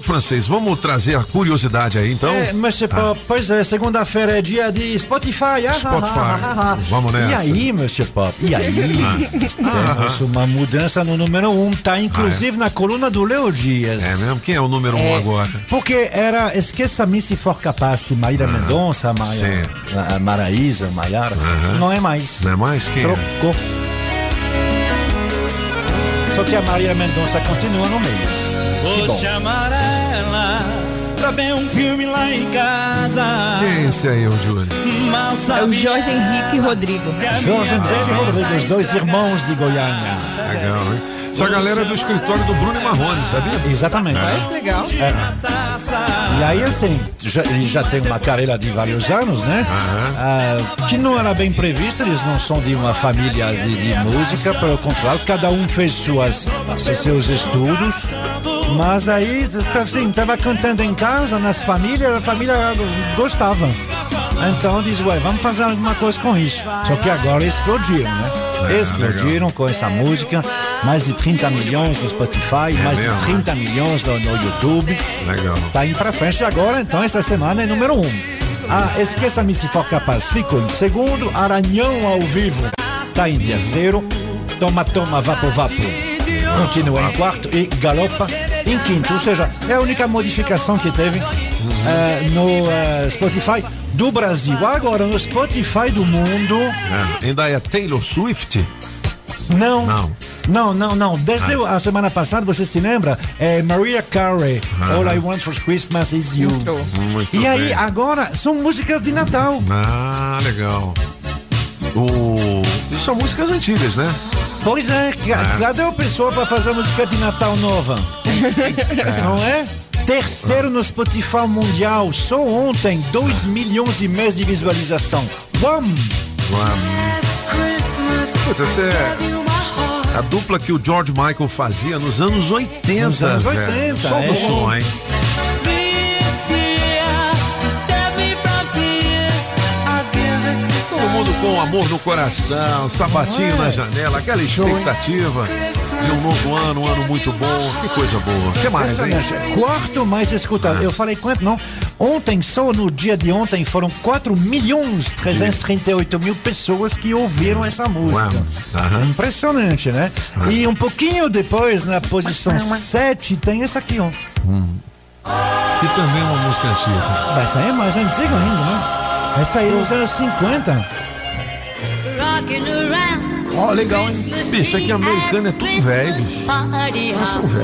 Francês, vamos trazer a curiosidade aí então. É, mas você, ah. pois é, segunda-feira é dia de Spotify. Ah, Spotify. Ah, ah, vamos nessa. Ah. E aí, Monsieur Pop? E aí? Temos uma mudança no número um, tá inclusive é. na coluna do Leo Dias. É mesmo? Quem é o número um agora? Ah. Porque era Esqueça-me se for capaz, Maíra Mendonça, Maia, a Maraísa, Maiara. Não é mais. Não é mais? Quem? Trocou. Só que a Maria Mendonça continua no meio. Vou chamar ela pra ver um filme lá em casa. Quem é esse aí, o Júlio? É o Jorge Henrique Rodrigo. É Jorge Henrique Ah, Rodrigo, os dois irmãos de Goiânia. Legal, hein? Essa galera é do escritório do Bruno Marrone, sabia? Exatamente. É. Legal. É. E aí, assim, já, ele já tem uma carreira de vários anos, né? Uhum. Ah, que não era bem prevista, eles não são de uma família de, de música, pelo contrário, cada um fez suas, seus estudos. Mas aí, assim, tava cantando em casa, nas famílias, a família gostava. Então diz, ué, vamos fazer alguma coisa com isso. Só que agora explodiram, né? É, explodiram legal. com essa música, mais de 30 milhões no Spotify, é mais mesmo, de 30 né? milhões no, no, YouTube. Legal. Tá indo pra frente agora, então essa semana é número um. Ah, Esqueça-me se for capaz ficou em segundo, Aranhão ao vivo tá em terceiro, Toma Toma Vapo Vapo continua em quarto e galopa em quinto. Ou seja, é a única modificação que teve uh, no uh, Spotify do Brasil. Agora, no Spotify do mundo. É, ainda é Taylor Swift? Não. Não. Não, não, não. Desde ah. a semana passada, você se lembra? É Maria Carey, ah. All I Want for Christmas is You. Muito, muito e aí, Tá bem. agora, são músicas de Natal. Ah, legal. Oh, são músicas antigas, né? Pois é, ah. cadê o pessoal para fazer música de Natal nova? É. Não é? Terceiro no Spotify mundial, só ontem, 2 milhões e meio de visualização. Bom! Puta, você é a dupla que o George Michael fazia nos anos 80. Nos anos 80, velho. Só é. do som, hein? Todo mundo com amor no coração, sapatinho é? na janela, aquela expectativa de um novo ano, um ano muito bom. Que coisa boa. que É mais, hein? Quarto mais escutado. Ah. Eu falei quanto, não? Ontem, só no dia de ontem, foram 4 milhões 338 mil pessoas que ouviram essa música. Uhum. Impressionante, né? Uhum. E um pouquinho depois, na posição 7, tem essa aqui, ó. Hum. E também uma música antiga. Essa é mais antiga ainda, né? Essa aí nos anos 50. Ó, oh, legal, hein? Bicho, aqui americano é tudo velho, bicho.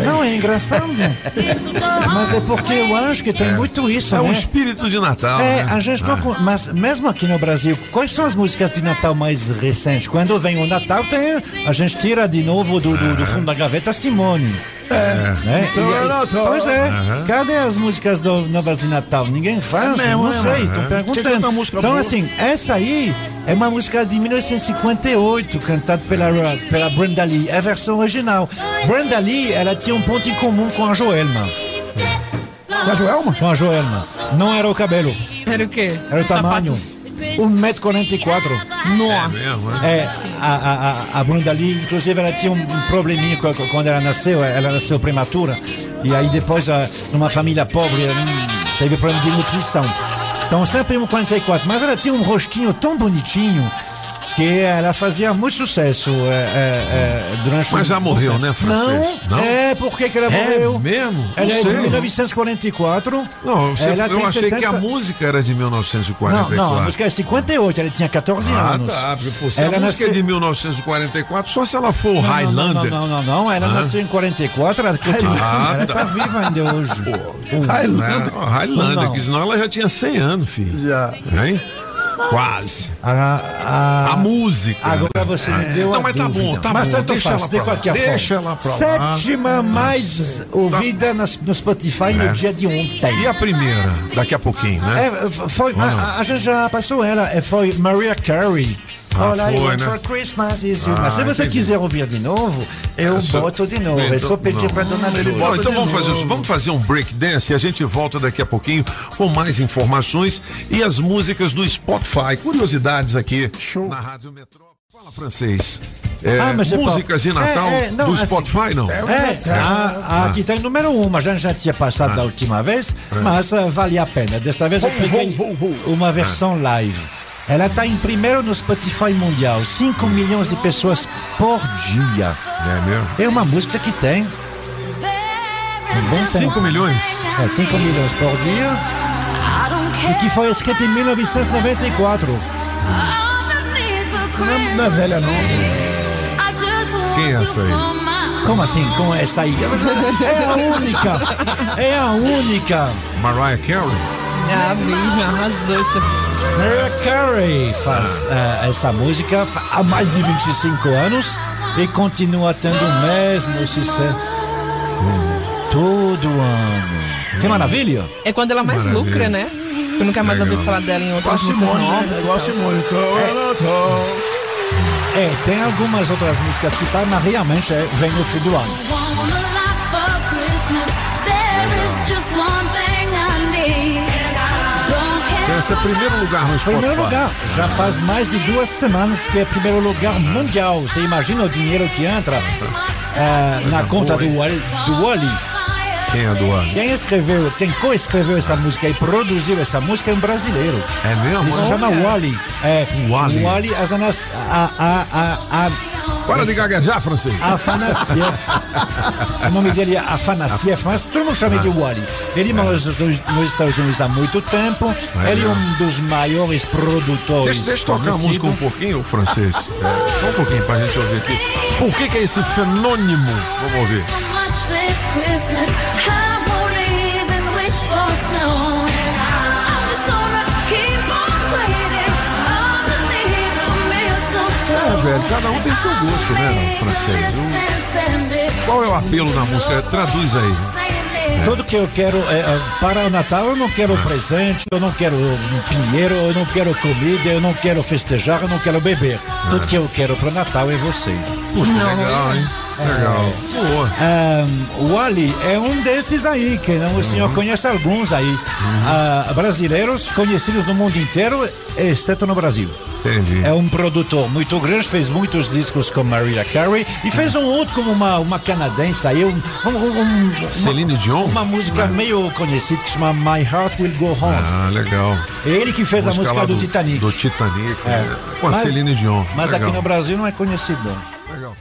Não, é engraçado, né? mas é porque eu acho que tem é. muito isso, É né? um espírito de Natal. É, né? a gente ah. não... Mas mesmo aqui no Brasil, quais são as músicas de Natal mais recentes? Quando vem o Natal, tem... a gente tira de novo do, do, do fundo da gaveta Simone. É. Né? Então, pois é, uhum. cadê as músicas do, novas de Natal? Ninguém faz, é mesmo, não sei, estou uhum. perguntando. então, boa? assim, essa aí é uma música de 1958, cantada pela, pela Brenda Lee, é a versão original. Brenda Lee, ela tinha um ponto em comum com a Joelma. Com a Joelma? Com a Joelma. Não era o cabelo. Era o quê? Era o, o tamanho. 1,44m. Nossa! É, mesmo, né? é? é a, a, a Bruna Lee, inclusive, ela tinha um probleminha quando ela nasceu, é, ela nasceu prematura. E aí depois, numa família pobre, ela teve problema de nutrição. Então, sempre 1,44m. Mas ela tinha um rostinho tão bonitinho que ela fazia muito sucesso é, é, é, durante Mas já morreu, né, Francês? Não, não? É, por que ela morreu? É mesmo? Ela é de 1944. Não, você, eu achei 70... que a música era de 1944. Não, não, a música é 58, ela tinha 14 ah, anos. Tá, porque, pô, ela a música nasceu... é de 1944, só se ela for não, Highlander. Não, não, não, não, ela ah. nasceu em 44, ela, continua, ah, ela tá. tá viva ainda hoje. Hum. Pô, um, Highlander. Né? Highlander, que senão ela já tinha 100 anos, filho. Já. Hein? Quase. A, a, a, música. Agora você me deu Não, a mas tá dúvida. bom, tá mas bom. tanto deixa faz, de qualquer deixa forma. Deixa ela pra Hum. lá. Sétima mais Nossa. ouvida tá. nas, no Spotify é. no dia de ontem. Né? E a primeira? Daqui a pouquinho, né? É, foi, a, a, gente já passou ela, foi Maria Carey. Ah, Olá, foi, I want né? for Christmas is you. Ah, Mas se você entendi. quiser ouvir de novo, eu é só... boto de novo. É só pedir para dona Júlia. Então, Bom, então vamos fazer isso. Vamos fazer um break dance e a gente volta daqui a pouquinho com mais informações e as músicas do Spotify. Curiosidades aqui Show. na Rádio Metrópole. Fala francês. É, Ah, músicas de Natal do Spotify, não? assim, É, a, a que tem número 1, um, a gente já tinha passado da última vez, mas ah, vale a pena. Desta vez eu peguei uma versão live. Ela está em primeiro no Spotify mundial, 5 milhões de pessoas por dia. É mesmo? É uma música que tem Bom tempo. 5 milhões? é, 5 milhões por dia e que foi é escrita em 1994. Não é velha, não. Quem é essa aí? Como assim? Com essa aí? É a única! É a única! Mariah Carey? Ah, mesmo, arrasou, chefe. Mariah Carey faz eh, essa música fa- há mais de 25 anos e continua tendo o mesmo sucesso todo ano. Que maravilha! É quando ela mais Maravilha. lucra, né? Eu nunca mais Legal. ouvi falar dela em outras músicas Simone, né? novas. Igual a Simone. É, tem algumas outras músicas que tá, mas realmente é, vem no fim do ano. Essa é primeiro lugar no Spotify. Primeiro lugar, já faz mais de duas semanas que é primeiro lugar mundial. Você imagina o dinheiro que entra eh, na conta do, Wall- do Wally. Quem é do ano? Quem escreveu, quem co-escreveu essa música e produziu essa música é um brasileiro. É mesmo? Ele se chama Wally. É, Wally. Wally Azanas, a, a, a, Para de gaguejar, francês. a, Afanasiev. o nome dele é Afanasiev, mas todo mundo chama de Ah. Wally. Ele mora nos, nos Estados Unidos há muito tempo. ele é um dos maiores produtores. Deixa, deixa eu tocar a conhecido. música um pouquinho, o francês. É, só um pouquinho pra gente ouvir aqui. Por que, que é esse fenômeno? Vamos ouvir. É, velho, cada um tem seu gosto, né, francês? O- Qual é o apelo na música? Traduz aí. Tudo que eu quero é, é, para o Natal, eu não quero presente, eu não quero um pinheiro, eu não quero comida, eu não quero festejar, eu não quero beber. Tudo que eu quero para o Natal é você. Puta, legal, hein? Legal. Boa. Ahn, o Ali é um desses aí, que não, o Uhum. senhor conhece alguns aí, Ah, brasileiros conhecidos no mundo inteiro, exceto no Brasil. Uhum. Entendi. É um produtor muito grande, fez muitos discos com Mariah Carey e fez Uhum. um outro como uma, uma canadense aí, um, um, um- uma- Celine Dion? uma música meio conhecida que chama My Heart Will Go On. Ah, legal. É Ele que fez a lá música do, Titanic. É. Do Titanic. né? Com a Mas- Celine Dion. Mas legal. aqui no Brasil não é conhecido. não. Brasil. Legal.